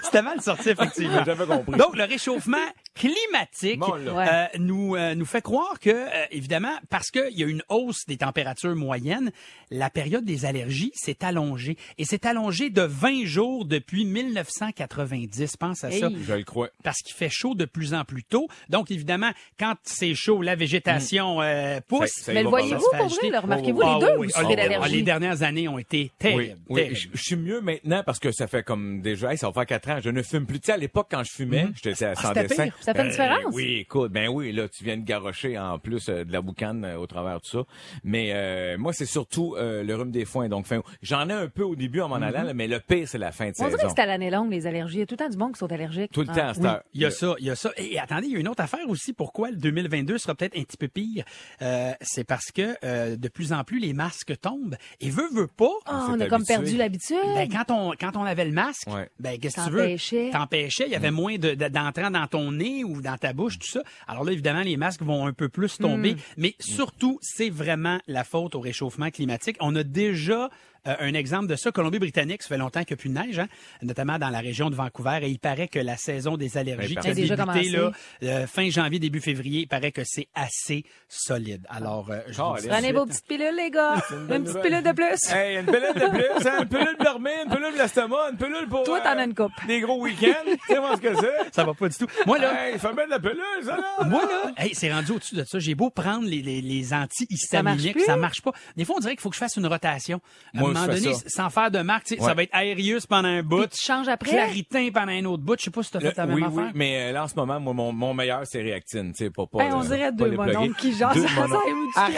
[SPEAKER 1] c'était mal sorti, effectivement.
[SPEAKER 2] J'avais compris.
[SPEAKER 1] Donc, le réchauffement climatique
[SPEAKER 2] Bon, là.
[SPEAKER 1] euh, nous, euh, nous fait croire que, euh, évidemment, parce qu'il y a une hausse des températures moyennes, la période des allergies s'est allongée. Et s'est allongée de 20 jours depuis 1990. Pense à ça.
[SPEAKER 3] Hey.
[SPEAKER 2] Je le crois.
[SPEAKER 1] Parce qu'il fait chaud de plus en plus tôt. Donc, évidemment, quand c'est chaud, la végétation euh, pousse.
[SPEAKER 2] Mm. Ça- ça y
[SPEAKER 3] Mais le
[SPEAKER 2] va
[SPEAKER 3] voyez-vous
[SPEAKER 2] par
[SPEAKER 1] là.
[SPEAKER 3] pour vrai? là, Remarquez-vous,
[SPEAKER 1] Ah
[SPEAKER 3] les deux,
[SPEAKER 1] oui,
[SPEAKER 3] vous
[SPEAKER 1] ah
[SPEAKER 3] souffrez
[SPEAKER 1] oui, ah, les
[SPEAKER 3] d'allergie.
[SPEAKER 1] dernières années ont été
[SPEAKER 2] Oui,
[SPEAKER 1] terribles.
[SPEAKER 2] oui.
[SPEAKER 1] terribles.
[SPEAKER 2] Je, je suis mieux maintenant parce que ça fait comme déjà, hey, ça va faire quatre ans, je ne fume plus. Tu sais, à l'époque, quand je fumais, j'étais à- sans
[SPEAKER 1] c'était
[SPEAKER 2] dessin.
[SPEAKER 1] pire.
[SPEAKER 3] Ça fait une
[SPEAKER 2] Ben,
[SPEAKER 3] différence.
[SPEAKER 2] oui, écoute, ben oui, là, tu viens de garrocher en plus euh, de la boucane euh, au travers de ça. Mais euh, moi, c'est surtout euh, le rhume des foins. Donc, fin, j'en ai un peu au début en m'en allant, là, mais le pire, c'est la fin de
[SPEAKER 3] On dirait que
[SPEAKER 2] saison.
[SPEAKER 3] c'est à l'année longue, les allergies. Il y a tout le temps du monde qui sont allergiques.
[SPEAKER 2] Tout le
[SPEAKER 3] Ah.
[SPEAKER 2] temps à cette
[SPEAKER 1] Oui,
[SPEAKER 2] heure.
[SPEAKER 1] il y a ça, il y a ça. Et attendez, il y a une autre affaire aussi. Pourquoi le 2022 sera peut-être un petit peu pire? Euh, c'est parce que euh, de plus en plus, les masques tombent. Et veut, veut pas...
[SPEAKER 3] Ah,
[SPEAKER 2] On
[SPEAKER 3] on
[SPEAKER 2] s'est
[SPEAKER 3] a comme
[SPEAKER 2] habitué.
[SPEAKER 3] perdu l'habitude.
[SPEAKER 1] Ben, quand on quand on avait le masque,
[SPEAKER 2] Ouais. Mm.
[SPEAKER 1] ben qu'est-ce que tu
[SPEAKER 3] T'empêchais.
[SPEAKER 1] veux T'empêchais, il y avait moins de- de- d'entrants dans ton nez ou dans ta bouche, tout ça. Alors là, évidemment, les masques vont un peu plus tomber,
[SPEAKER 3] Mm.
[SPEAKER 1] mais
[SPEAKER 2] Mm.
[SPEAKER 1] surtout, c'est vraiment la faute au réchauffement climatique. On a déjà euh, un exemple de ça, Colombie-Britannique, ça fait longtemps qu'il n'y a plus de neige, hein, notamment dans la région de Vancouver, et il paraît que la saison des allergies
[SPEAKER 2] Ouais,
[SPEAKER 1] qui a
[SPEAKER 3] déjà
[SPEAKER 1] débuté
[SPEAKER 3] commencé.
[SPEAKER 1] là, euh, fin janvier, début février, il paraît que c'est assez solide. Alors, euh, je vous dis-
[SPEAKER 3] Prenez vos petites pilules, les gars. Une petite pilule de plus.
[SPEAKER 2] Hey, une pilule de plus, hein, une pilule de l'armée, une pilule de l'estomac, une pilule pour euh,
[SPEAKER 3] Toi, t'en as une coupe.
[SPEAKER 2] des gros week-ends. tu sais moi ce que c'est?
[SPEAKER 1] ça va pas du tout. Moi, là,
[SPEAKER 2] Hey, il faut mettre de la pilule, ça, là!
[SPEAKER 1] Moi, [laughs] là, hey, c'est rendu au-dessus de ça. J'ai beau prendre les, les, les
[SPEAKER 3] Ça marche
[SPEAKER 1] anti-histaminiques,
[SPEAKER 3] plus.
[SPEAKER 1] ça marche pas. Des fois, on dirait qu'il faut que je fasse une rotation. À un
[SPEAKER 2] Moi,
[SPEAKER 1] moment
[SPEAKER 2] je fais
[SPEAKER 1] donné,
[SPEAKER 2] ça.
[SPEAKER 1] sans faire de marque, tu sais,
[SPEAKER 2] Ouais.
[SPEAKER 1] ça va être Aérius pendant un bout.
[SPEAKER 3] Puis tu changes après?
[SPEAKER 1] Claritin pendant un autre bout. Je sais pas si t'as
[SPEAKER 2] Le-
[SPEAKER 1] fait la même
[SPEAKER 2] oui, oui,
[SPEAKER 1] affaire.
[SPEAKER 2] mais euh, là, en ce moment, moi, mon, mon meilleur, c'est Réactine. tu sais, Pas, pas,
[SPEAKER 3] Hey, on
[SPEAKER 2] euh,
[SPEAKER 3] dirait
[SPEAKER 2] pas
[SPEAKER 3] deux
[SPEAKER 2] les
[SPEAKER 3] mononcles
[SPEAKER 2] plugger.
[SPEAKER 3] qui jasent [laughs]
[SPEAKER 2] Deux
[SPEAKER 3] ensemble
[SPEAKER 2] mononcles. Ah,
[SPEAKER 3] ou du
[SPEAKER 2] Arrête!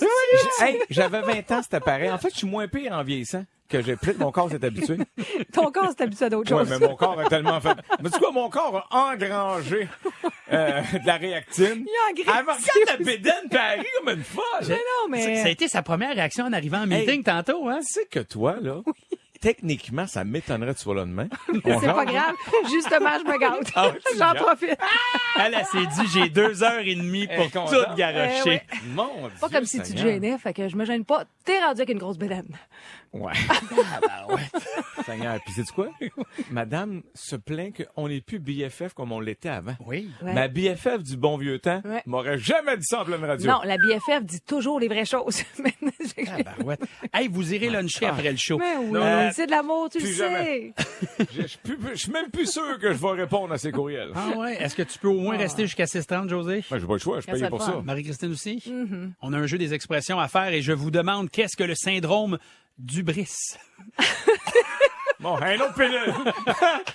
[SPEAKER 3] Réactine.
[SPEAKER 2] J'ai- hey, J'avais 20 ans, c'était pareil. En fait, je suis moins pire en vieillissant que j'ai peut-être mon corps
[SPEAKER 3] [laughs]
[SPEAKER 2] s'est habitué.
[SPEAKER 3] Ton corps s'est habitué à d'autres
[SPEAKER 2] Ouais,
[SPEAKER 3] choses.
[SPEAKER 2] mais mon corps a tellement fait. Mais tu vois, mon corps a engrangé euh, de la réactine.
[SPEAKER 3] Il a engrangé.
[SPEAKER 2] Elle me regarde la bédaine Paris comme une folle.
[SPEAKER 3] [laughs] Mais non, mais.
[SPEAKER 1] Ça a été sa première réaction en arrivant en meeting
[SPEAKER 2] Hey.
[SPEAKER 1] tantôt, hein?
[SPEAKER 2] Tu sais que toi,
[SPEAKER 3] [laughs]
[SPEAKER 2] là, techniquement, ça m'étonnerait que tu sois là demain.
[SPEAKER 3] C'est pas grave. Justement, je me
[SPEAKER 2] [laughs] Ah ouais,
[SPEAKER 3] gâte.
[SPEAKER 2] tu
[SPEAKER 3] J'en
[SPEAKER 2] gâtes.
[SPEAKER 3] profite.
[SPEAKER 1] Elle, elle s'est dit, j'ai deux heures et demie [laughs]
[SPEAKER 2] Elle est
[SPEAKER 1] pour
[SPEAKER 2] contente.
[SPEAKER 1] tout garocher.
[SPEAKER 3] Eh ouais.
[SPEAKER 2] Mon
[SPEAKER 3] Pas
[SPEAKER 2] Dieu
[SPEAKER 3] comme si tu te
[SPEAKER 2] Seigneur.
[SPEAKER 3] gênais, fait que je me gêne pas. T'es rendu avec une grosse bédaine.
[SPEAKER 2] Ouais.
[SPEAKER 1] Ah, bah
[SPEAKER 2] Seigneur, puis c'est
[SPEAKER 3] [laughs]
[SPEAKER 2] quoi? Madame se plaint qu'on n'est plus BFF comme on l'était avant.
[SPEAKER 1] Oui.
[SPEAKER 3] Ouais.
[SPEAKER 2] Ma BFF du bon vieux temps
[SPEAKER 3] Ouais.
[SPEAKER 2] m'aurait jamais dit ça en pleine radio.
[SPEAKER 3] Non, la BFF dit toujours les vraies choses. [laughs] Mais
[SPEAKER 1] Tabarouette. Ah, bah Hey, vous irez luncher après le show.
[SPEAKER 3] oui,
[SPEAKER 2] Ah, bah. Non.
[SPEAKER 3] c'est de l'amour, tu le
[SPEAKER 2] Plus
[SPEAKER 3] sais.
[SPEAKER 2] jamais. [laughs] Je je suis plus- je suis même plus sûr que je vais répondre à ces courriels.
[SPEAKER 1] Ah ouais, est-ce que tu peux au moins rester jusqu'à 6h30, José?
[SPEAKER 2] Ben, j'ai pas le choix, je
[SPEAKER 3] Ça,
[SPEAKER 2] paye
[SPEAKER 3] ça
[SPEAKER 2] pour
[SPEAKER 3] le
[SPEAKER 2] ça.
[SPEAKER 3] prend.
[SPEAKER 1] Marie-Christine aussi? On a un jeu des expressions à faire et je vous demande qu'est-ce que le syndrome d'ubris?
[SPEAKER 2] Bon, un autre pénal.
[SPEAKER 3] [laughs]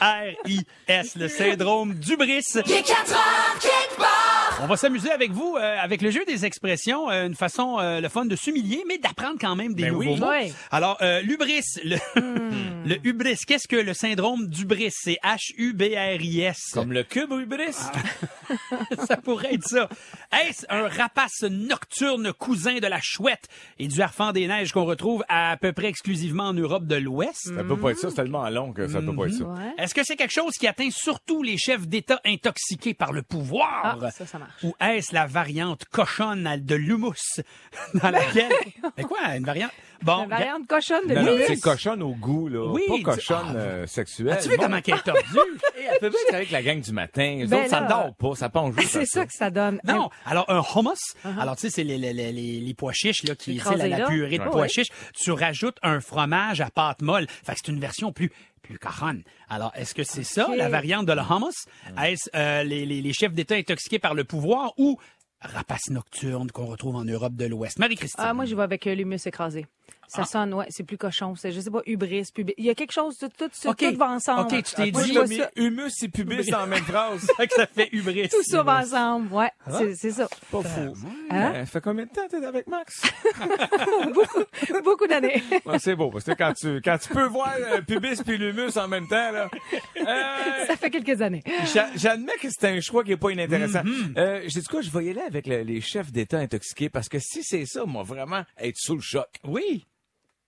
[SPEAKER 1] H-U-B-R-I-S, le syndrome d'ubris.
[SPEAKER 5] Il est 4 heures, quelque part.
[SPEAKER 1] On va s'amuser avec vous, euh, avec le jeu des expressions, euh, une façon, euh, le fun de s'humilier, mais d'apprendre quand même des
[SPEAKER 2] Ben
[SPEAKER 1] nouveaux
[SPEAKER 2] oui.
[SPEAKER 1] mots.
[SPEAKER 3] Ouais.
[SPEAKER 1] Alors, euh, l'ubris, le, [laughs] le hubris, qu'est-ce que le syndrome d'ubris? C'est H-U-B-R-I-S.
[SPEAKER 2] Comme le cube hubris.
[SPEAKER 1] Ah. [laughs] ça pourrait être ça. Est-ce un rapace nocturne cousin de la chouette et du harfang des neiges qu'on retrouve à peu près exclusivement en Europe de l'Ouest?
[SPEAKER 2] Ça peut pas être ça, c'est tellement long que ça peut pas être ça.
[SPEAKER 3] Mhm. Ouais.
[SPEAKER 1] Est-ce que c'est quelque chose qui atteint surtout les chefs d'État intoxiqués par le pouvoir?
[SPEAKER 3] Ah, ça, ça marche.
[SPEAKER 1] Ou est-ce la variante cochonne à- de l'humus [laughs] dans laquelle... Mais quoi, une variante? Bon,
[SPEAKER 3] Ben La variante cochonne de
[SPEAKER 2] Non, non,
[SPEAKER 3] l'humus.
[SPEAKER 2] c'est cochonne au goût, là.
[SPEAKER 1] Oui, dis-
[SPEAKER 2] pas cochonne
[SPEAKER 1] Ah,
[SPEAKER 2] euh, sexuelle.
[SPEAKER 1] tu sais
[SPEAKER 2] Bon,
[SPEAKER 1] comment qu'elle est
[SPEAKER 3] [laughs]
[SPEAKER 1] tordue?
[SPEAKER 2] Elle peut bien être avec la gang du matin. Les
[SPEAKER 3] Ben
[SPEAKER 2] autres, ça
[SPEAKER 3] là. Ah,
[SPEAKER 2] ne dort pas, ça pense juste. à
[SPEAKER 3] C'est ça que ça donne.
[SPEAKER 1] Non, alors un hummus, alors tu sais c'est les, les, les, les- les pois chiches là qui c'est la,
[SPEAKER 3] Écrasé
[SPEAKER 1] la
[SPEAKER 3] Uh-huh. là.
[SPEAKER 1] purée de
[SPEAKER 3] Ouais.
[SPEAKER 1] pois
[SPEAKER 3] Ouais.
[SPEAKER 1] chiches, tu rajoutes un fromage à pâte molle. Fait que c'est une version plus plus caronne. Alors est-ce que c'est ça
[SPEAKER 3] Ok. Mm.
[SPEAKER 1] la variante de le hummus Est-ce euh, les, les, les chefs d'État intoxiqués par le pouvoir ou rapace nocturne qu'on retrouve en Europe de l'Ouest Marie-Christine.
[SPEAKER 3] Ah, moi, je vais avec euh, l'humus écrasé. Ça sonne, ouais, c'est plus cochon. C'est, je sais pas, hubris, pubis. Il y a quelque chose, tout, tout, tout,
[SPEAKER 1] Ok.
[SPEAKER 3] tout va ensemble.
[SPEAKER 1] Ok, tu t'es
[SPEAKER 3] Moi,
[SPEAKER 1] dit-
[SPEAKER 3] je
[SPEAKER 2] ça.
[SPEAKER 3] vois
[SPEAKER 2] Mis
[SPEAKER 3] ça-
[SPEAKER 2] Humus et pubis dans la même phrase.
[SPEAKER 1] Fait que [laughs] ça fait hubris.
[SPEAKER 3] Tout ça va ensemble, ouais. C'est, c'est ça.
[SPEAKER 2] Pas
[SPEAKER 1] Ben,
[SPEAKER 2] fou.
[SPEAKER 3] Hein? [laughs]
[SPEAKER 2] Ben, Ça fait combien de temps t'es avec Max?
[SPEAKER 3] Beaucoup d'années. [laughs]
[SPEAKER 2] Ouais, c'est beau, parce que quand tu, quand tu peux voir le pubis puis l'humus en même temps, là. euh,
[SPEAKER 3] ça fait quelques années.
[SPEAKER 2] j'a- J'admets que c'est un choix qui est pas inintéressant.
[SPEAKER 1] Mm-hmm.
[SPEAKER 2] Euh, j'ai dit quoi, je vais y aller avec le- les chefs d'État intoxiqués parce que si c'est ça, moi vraiment être sous le choc.
[SPEAKER 1] Oui.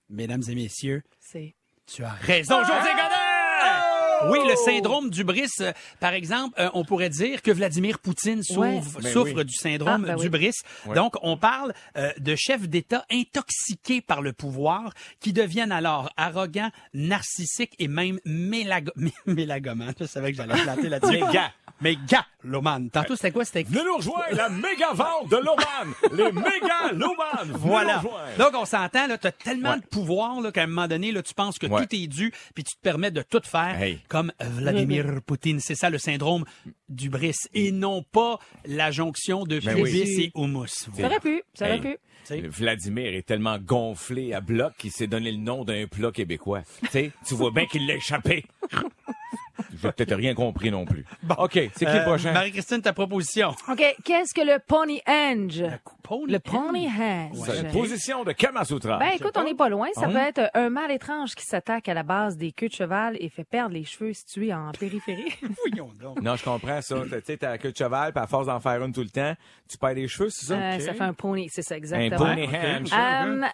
[SPEAKER 1] Mesdames et messieurs,
[SPEAKER 3] C'est.
[SPEAKER 1] Tu as raison, José Godet!
[SPEAKER 3] Oh!
[SPEAKER 1] Oui, le syndrome d'ubris, euh, par exemple, euh, on pourrait dire que Vladimir Poutine souffre,
[SPEAKER 3] Ouais.
[SPEAKER 2] Ben
[SPEAKER 1] souffre
[SPEAKER 2] oui.
[SPEAKER 1] du syndrome
[SPEAKER 3] Ah, ben oui.
[SPEAKER 1] d'ubris. Donc, on parle euh, de chefs d'État intoxiqués par le pouvoir qui deviennent alors arrogants, narcissiques et même mélago- [laughs] mé- mélagomanes. Je savais que j'allais planter là-dessus.
[SPEAKER 2] Méga.
[SPEAKER 1] Méga, Loman. Tantôt, c'était quoi? C'était
[SPEAKER 2] Venez nous rejoindre, la méga vente de Loman! Les méga Loman! Venez
[SPEAKER 1] Voilà.
[SPEAKER 2] nous rejoindre.
[SPEAKER 1] Donc, on s'entend, là, t'as tellement
[SPEAKER 2] Ouais.
[SPEAKER 1] de pouvoir, là, qu'à un moment donné, là, tu penses que
[SPEAKER 2] Ouais.
[SPEAKER 1] tout est dû, puis tu te permets de tout faire,
[SPEAKER 2] Hey.
[SPEAKER 1] comme Vladimir Poutine. C'est ça, le syndrome du bris. Et non pas la jonction de
[SPEAKER 2] Ben
[SPEAKER 1] pubis
[SPEAKER 3] oui.
[SPEAKER 1] et hummus.
[SPEAKER 3] Ça aurait pu, ça aurait
[SPEAKER 2] Hey.
[SPEAKER 3] pu.
[SPEAKER 1] T'sais.
[SPEAKER 2] Vladimir est tellement gonflé à bloc qu'il s'est donné le nom d'un plat québécois. Tu sais, tu vois bien qu'il
[SPEAKER 1] [laughs]
[SPEAKER 2] l'a échappé. J'ai peut-être rien compris non plus. OK, c'est qui
[SPEAKER 1] Euh,
[SPEAKER 2] le prochain?
[SPEAKER 1] Marie-Christine, ta proposition.
[SPEAKER 3] OK, qu'est-ce que le ponyhenge?
[SPEAKER 1] pony
[SPEAKER 3] Le ponyhenge.
[SPEAKER 2] C'est une position de Kamasutra.
[SPEAKER 3] Ben écoute, on n'est pas loin. Ça
[SPEAKER 2] Ah.
[SPEAKER 3] peut être un mal étrange qui s'attaque à la base des queues de cheval et fait perdre les cheveux situés en périphérie.
[SPEAKER 1] Voyons donc.
[SPEAKER 2] Non, je comprends ça. Tu sais, t'as la queue de cheval, puis à force d'en faire une tout le temps, tu perds les cheveux, c'est ça?
[SPEAKER 3] Euh, Ça fait un pony, c'est ça,
[SPEAKER 2] Un
[SPEAKER 3] exactement.
[SPEAKER 2] pony
[SPEAKER 1] Ok.
[SPEAKER 2] hand.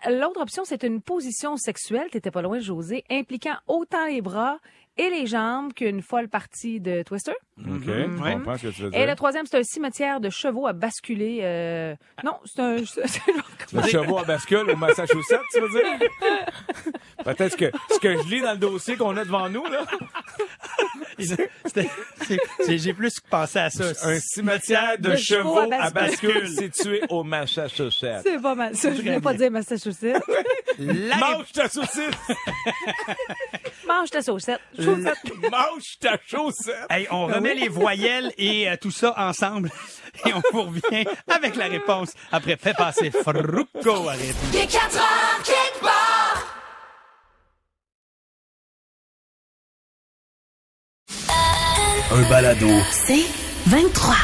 [SPEAKER 3] Euh, L'autre option, c'est une position sexuelle, t'étais pas loin, José, impliquant autant les bras et les jambes qu'une folle partie de Twister.
[SPEAKER 2] OK,
[SPEAKER 1] Mhm.
[SPEAKER 2] je comprends ce que tu veux
[SPEAKER 3] Et le
[SPEAKER 2] dire.
[SPEAKER 3] troisième, c'est un cimetière de chevaux à basculer. euh, Non, c'est un... [laughs] c'est-
[SPEAKER 2] Le chevaux à bascule au Massachusetts, tu
[SPEAKER 3] [laughs]
[SPEAKER 2] veux dire? Peut-être que ce que je lis dans le dossier qu'on a devant nous, là,
[SPEAKER 1] C'était- c'est- c'est- J'ai plus pensé à ça.
[SPEAKER 2] un cimetière de,
[SPEAKER 3] De chevaux
[SPEAKER 2] chevaux,
[SPEAKER 3] à
[SPEAKER 2] à
[SPEAKER 3] bascule.
[SPEAKER 2] bascule situé au Massachusetts.
[SPEAKER 3] C'est pas mal. Ça, je voulais pas dire [laughs] Massachusetts.
[SPEAKER 1] La-
[SPEAKER 2] Mange ta [laughs] saucisse!
[SPEAKER 3] Mange ta saucette. Chaussette.
[SPEAKER 2] Mange ta chaussette!
[SPEAKER 1] Hey, on
[SPEAKER 3] Ben
[SPEAKER 1] remet les voyelles et euh, tout ça ensemble [laughs] et on vous revient avec la réponse après fait passer Frucco arrête.
[SPEAKER 5] Il est 4 heures, quelque part.
[SPEAKER 7] Un balado.
[SPEAKER 6] C'est 23.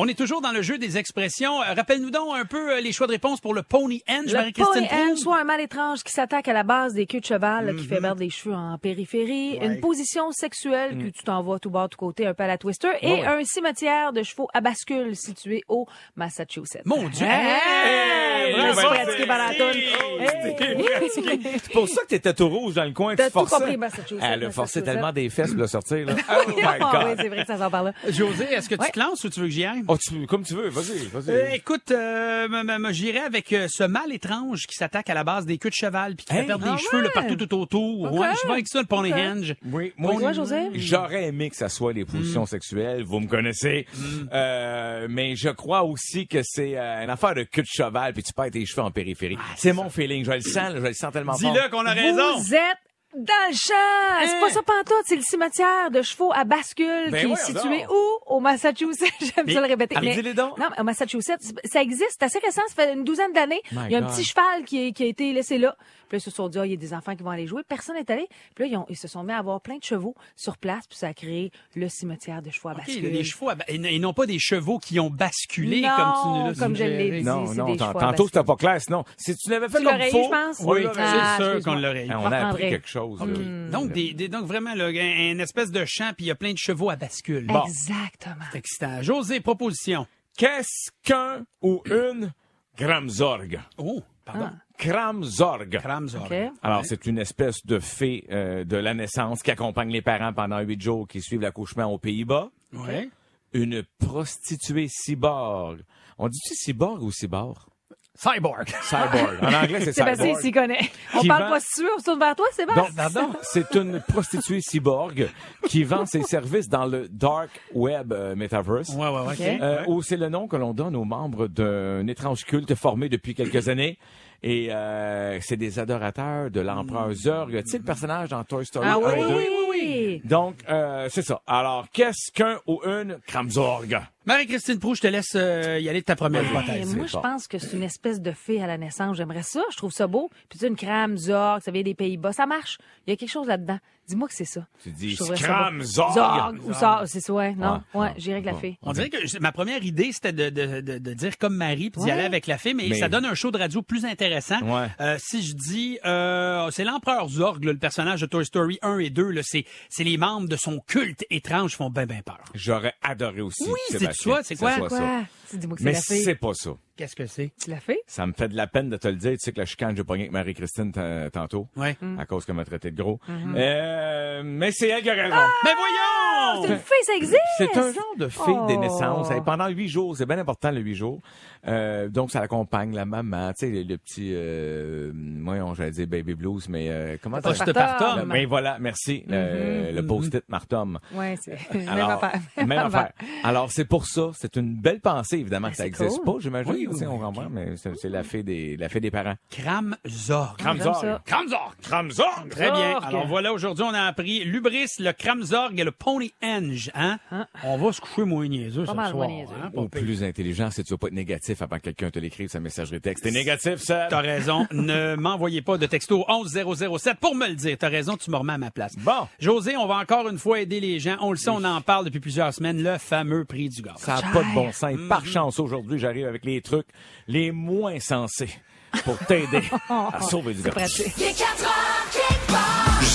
[SPEAKER 1] On est toujours dans le jeu des expressions. Euh, Rappelle-nous donc un peu euh, les choix de réponse pour le Pony Henge,
[SPEAKER 3] Le
[SPEAKER 1] Marie-Christine
[SPEAKER 3] ponyhenge,
[SPEAKER 1] Proulx.
[SPEAKER 3] soit un mal étrange qui s'attaque à la base des queues de cheval, là, qui fait perdre les cheveux en périphérie, une position sexuelle que tu t'envoies tout bord, tout côté, un peu à la twister, et un cimetière de chevaux à bascule situé au Massachusetts.
[SPEAKER 1] Mon Dieu!
[SPEAKER 3] Hey! Hey, je me suis pratiqué par la toune. Hey. [laughs]
[SPEAKER 2] C'est pour ça que t'étais tout rouge dans le coin.
[SPEAKER 3] T'as
[SPEAKER 2] tu
[SPEAKER 3] tout
[SPEAKER 2] forçais.
[SPEAKER 3] compris, Massachusetts,
[SPEAKER 2] Elle a forcé
[SPEAKER 3] Massachusetts.
[SPEAKER 2] tellement des fesses pour le sortir. Là. Oh
[SPEAKER 3] [laughs]
[SPEAKER 2] my
[SPEAKER 3] Ah oui,
[SPEAKER 2] God.
[SPEAKER 3] c'est vrai que ça sort par là.
[SPEAKER 1] José, est-ce que tu te lances ou tu veux que j'y aille?
[SPEAKER 2] Oh, tu- comme tu veux, vas-y, vas-y.
[SPEAKER 1] Euh, écoute, euh, m- m- j'irai avec euh, ce mal étrange qui s'attaque à la base des queues de cheval puis qui fait perdre des
[SPEAKER 3] Ah
[SPEAKER 1] cheveux là,
[SPEAKER 3] ouais? Ah
[SPEAKER 1] partout tout autour. Ouais, je vais avec ça, le Ponyhenge.
[SPEAKER 2] Oui,
[SPEAKER 3] Pour toi, Joseph?
[SPEAKER 2] J'aurais aimé que ça soit les positions sexuelles, vous me connaissez. Euh, mais je crois aussi que c'est euh, une affaire de cul de cheval puis tu perds tes cheveux en périphérie. c'est mon feeling, je le sens, là, je le sens tellement fort.
[SPEAKER 1] Dis-le qu'on a raison.
[SPEAKER 3] Vous êtes dans le champ! C'est pas ça pantoute, c'est le cimetière de chevaux à bascule
[SPEAKER 2] Hein? Ben
[SPEAKER 3] qui est
[SPEAKER 2] voyons
[SPEAKER 3] situé
[SPEAKER 2] donc.
[SPEAKER 3] où? Au Massachusetts. [laughs] J'aime ça le répéter.
[SPEAKER 2] Ah, dis-les donc.
[SPEAKER 3] Non, mais au Massachusetts, c'est- ça existe. C'est assez récent, ça fait une douzaine d'années.
[SPEAKER 2] My
[SPEAKER 3] Il y a un
[SPEAKER 2] God.
[SPEAKER 3] petit cheval qui, est- qui a été laissé là. Puis là, ils se sont dit, Ah, il y a des enfants qui vont aller jouer. Personne n'est allé. Puis là, ils, ont- ils se sont mis à avoir plein de chevaux sur place, puis ça a créé le cimetière de chevaux à
[SPEAKER 1] OK,
[SPEAKER 3] bascule.
[SPEAKER 1] les chevaux, ah, ben, et, et non pas des chevaux qui ont basculé
[SPEAKER 3] Non,
[SPEAKER 1] comme tu nous l'as
[SPEAKER 3] comme je l'ai
[SPEAKER 1] suggéré.
[SPEAKER 3] dit.
[SPEAKER 2] Non,
[SPEAKER 3] c'est
[SPEAKER 2] non,
[SPEAKER 3] des
[SPEAKER 2] tant-
[SPEAKER 3] chevaux à
[SPEAKER 2] tantôt
[SPEAKER 3] bascule.
[SPEAKER 2] c'était pas clair, sinon. Si tu l'avais fait
[SPEAKER 3] Tu
[SPEAKER 2] comme
[SPEAKER 3] l'aurais eu,
[SPEAKER 2] faut,
[SPEAKER 3] je pense?
[SPEAKER 1] Oui,
[SPEAKER 3] Ah, Mm.
[SPEAKER 1] c'est sûr
[SPEAKER 3] excuse-moi. Ah, hum.
[SPEAKER 1] qu'on l'aurait eu.
[SPEAKER 2] hein, on a appris
[SPEAKER 3] André.
[SPEAKER 2] quelque chose. là.
[SPEAKER 1] Donc, des, des- donc vraiment, là, un, un espèce de champ, puis il y a plein de chevaux à bascule.
[SPEAKER 3] Exactement.
[SPEAKER 1] C'est excitant. José, proposition.
[SPEAKER 2] Qu'est-ce qu'un ou une Gramzorg?
[SPEAKER 1] Oh, pardon.
[SPEAKER 2] Gramzorg.
[SPEAKER 1] Ramzor.
[SPEAKER 3] Ah. OK.
[SPEAKER 2] Alors, c'est une espèce de fée euh, de la naissance qui accompagne les parents pendant huit jours qui suivent l'accouchement aux Pays-Bas.
[SPEAKER 1] Ouais.
[SPEAKER 2] Une prostituée cyborg. On dit-tu cyborg ou cyborg?
[SPEAKER 1] Cyborg.
[SPEAKER 2] Cyborg. En anglais, [laughs] c'est
[SPEAKER 3] Sébastien, il
[SPEAKER 2] cyborg.
[SPEAKER 3] s'y connaît. On
[SPEAKER 2] Qui
[SPEAKER 3] parle
[SPEAKER 2] vend-
[SPEAKER 3] pas sûr, on se tourne vers toi, Sébastien.
[SPEAKER 2] Donc, c'est une prostituée cyborg qui vend ses services dans le dark web euh, metaverse.
[SPEAKER 1] Ouais, ouais, ouais.
[SPEAKER 3] OK.
[SPEAKER 2] Euh, où c'est le nom que l'on donne aux membres d'un étrange culte formé depuis quelques années. Et euh, c'est des adorateurs de l'empereur Zorg. Tu sais, le personnage dans Toy Story
[SPEAKER 3] Mm. ah
[SPEAKER 2] 1 et 2.
[SPEAKER 3] oui, oui, oui.
[SPEAKER 2] Donc, euh, c'est ça. Alors, qu'est-ce qu'un ou une Kramzorg?
[SPEAKER 1] Marie-Christine Proux, je te laisse euh, y aller de ta première
[SPEAKER 3] Eh,
[SPEAKER 1] hypothèse.
[SPEAKER 3] moi, je
[SPEAKER 2] fort.
[SPEAKER 3] pense que c'est une espèce de fée à la naissance. J'aimerais ça. Je trouve ça beau. Puis tu sais, une crème, Zorg, ça vient des Pays-Bas. Ça marche. Il y a quelque chose là-dedans. Dis-moi que c'est ça.
[SPEAKER 2] Tu dis
[SPEAKER 3] Je trouverais ça
[SPEAKER 2] crame,
[SPEAKER 3] beau.
[SPEAKER 2] Zorg.
[SPEAKER 3] Zorg, ou Zorg, c'est ça, ouais. Non,
[SPEAKER 2] Ouais,
[SPEAKER 3] ouais,
[SPEAKER 2] ouais,
[SPEAKER 3] j'irai avec la
[SPEAKER 2] ouais.
[SPEAKER 3] fée.
[SPEAKER 1] On dirait que je- ma première idée, c'était de, de, de, de dire comme Marie, puis d'y
[SPEAKER 3] Ouais.
[SPEAKER 1] aller avec la fée, mais,
[SPEAKER 2] Mais-
[SPEAKER 1] ça donne un show de radio plus intéressant.
[SPEAKER 2] Ouais.
[SPEAKER 1] Euh, si je dis, euh, c'est l'empereur Zorg, là, le personnage de Toy Story 1 et 2, là, c'est, c'est les membres de son culte étrange qui font ben ben peur.
[SPEAKER 2] J'aurais adoré aussi.
[SPEAKER 1] Oui, c'est
[SPEAKER 2] Sébastien,
[SPEAKER 1] ça, c'est
[SPEAKER 2] que
[SPEAKER 1] quoi?
[SPEAKER 2] ce soit ça.
[SPEAKER 3] Quoi? Tu dis-moi que c'est
[SPEAKER 2] Mais
[SPEAKER 3] la fée.
[SPEAKER 2] c'est pas ça.
[SPEAKER 1] Qu'est-ce que c'est?
[SPEAKER 3] C'est la fée?
[SPEAKER 2] Ça me fait de la peine de te le dire. Tu sais que la chicane, j'ai pogné avec Marie-Christine t- tantôt.
[SPEAKER 1] Ouais.
[SPEAKER 3] Mm.
[SPEAKER 2] À cause qu'elle m'a traité de gros.
[SPEAKER 3] Mm-hmm.
[SPEAKER 2] Euh, mais c'est elle qui a raison.
[SPEAKER 3] Ah!
[SPEAKER 1] Mais Ben voyons!
[SPEAKER 3] C'est une fée, ça existe!
[SPEAKER 2] Oh! C'est un genre de fée des
[SPEAKER 3] Oh.
[SPEAKER 2] naissances. Et pendant huit jours, c'est bien important le huit jours. Euh, donc, ça l'accompagne, la maman, tu sais, le, le petit, euh, voyons, j'allais dire baby blues, mais euh, comment ça
[SPEAKER 1] Postpartum.
[SPEAKER 2] Le- Mais voilà, merci. euh, Le, le post-it Martum.
[SPEAKER 3] Ouais, c'est Mm-hmm. [laughs] même
[SPEAKER 2] Alors,
[SPEAKER 3] affaire. Ben,
[SPEAKER 2] même affaire. Alors, c'est pour ça. C'est une belle pensée, évidemment, que ça
[SPEAKER 3] c'est
[SPEAKER 2] n'existe
[SPEAKER 3] cool.
[SPEAKER 2] pas, j'imagine.
[SPEAKER 1] Oui,
[SPEAKER 2] tu sais,
[SPEAKER 1] oui,
[SPEAKER 2] on renvoie, mais c'est c'est la fée des, la fée des parents.
[SPEAKER 1] Kram Zorg.
[SPEAKER 3] Kramzorg. ça.
[SPEAKER 2] Kramzorg! Kramzorg!
[SPEAKER 1] Très bien.
[SPEAKER 3] Zorg.
[SPEAKER 1] Alors voilà, aujourd'hui, on a appris Lubris, le Kramzorg et le Pony Henge. Hein? On va se coucher moins niaiseux ce
[SPEAKER 3] mal moins
[SPEAKER 1] soir.
[SPEAKER 3] niaiseux.
[SPEAKER 1] hein,
[SPEAKER 2] Au
[SPEAKER 1] pour
[SPEAKER 2] plus intelligent, c'est de pas être négatif avant que quelqu'un te l'écrive sa messagerie texte. T'es négatif, ça?
[SPEAKER 1] T'as raison. [laughs] ne m'envoyez pas de texto 11007 pour me le dire. T'as raison, tu me remets à ma place.
[SPEAKER 2] Bon.
[SPEAKER 1] José, on va encore une fois aider les gens. On le sait, on en parle depuis plusieurs semaines, le fameux prix du gaz.
[SPEAKER 2] Ça n'a pas de bon sens. Et Par chance, aujourd'hui, j'arrive avec les trucs les moins sensés pour t'aider à sauver du gaz.
[SPEAKER 5] Les 4 heures Kickbox.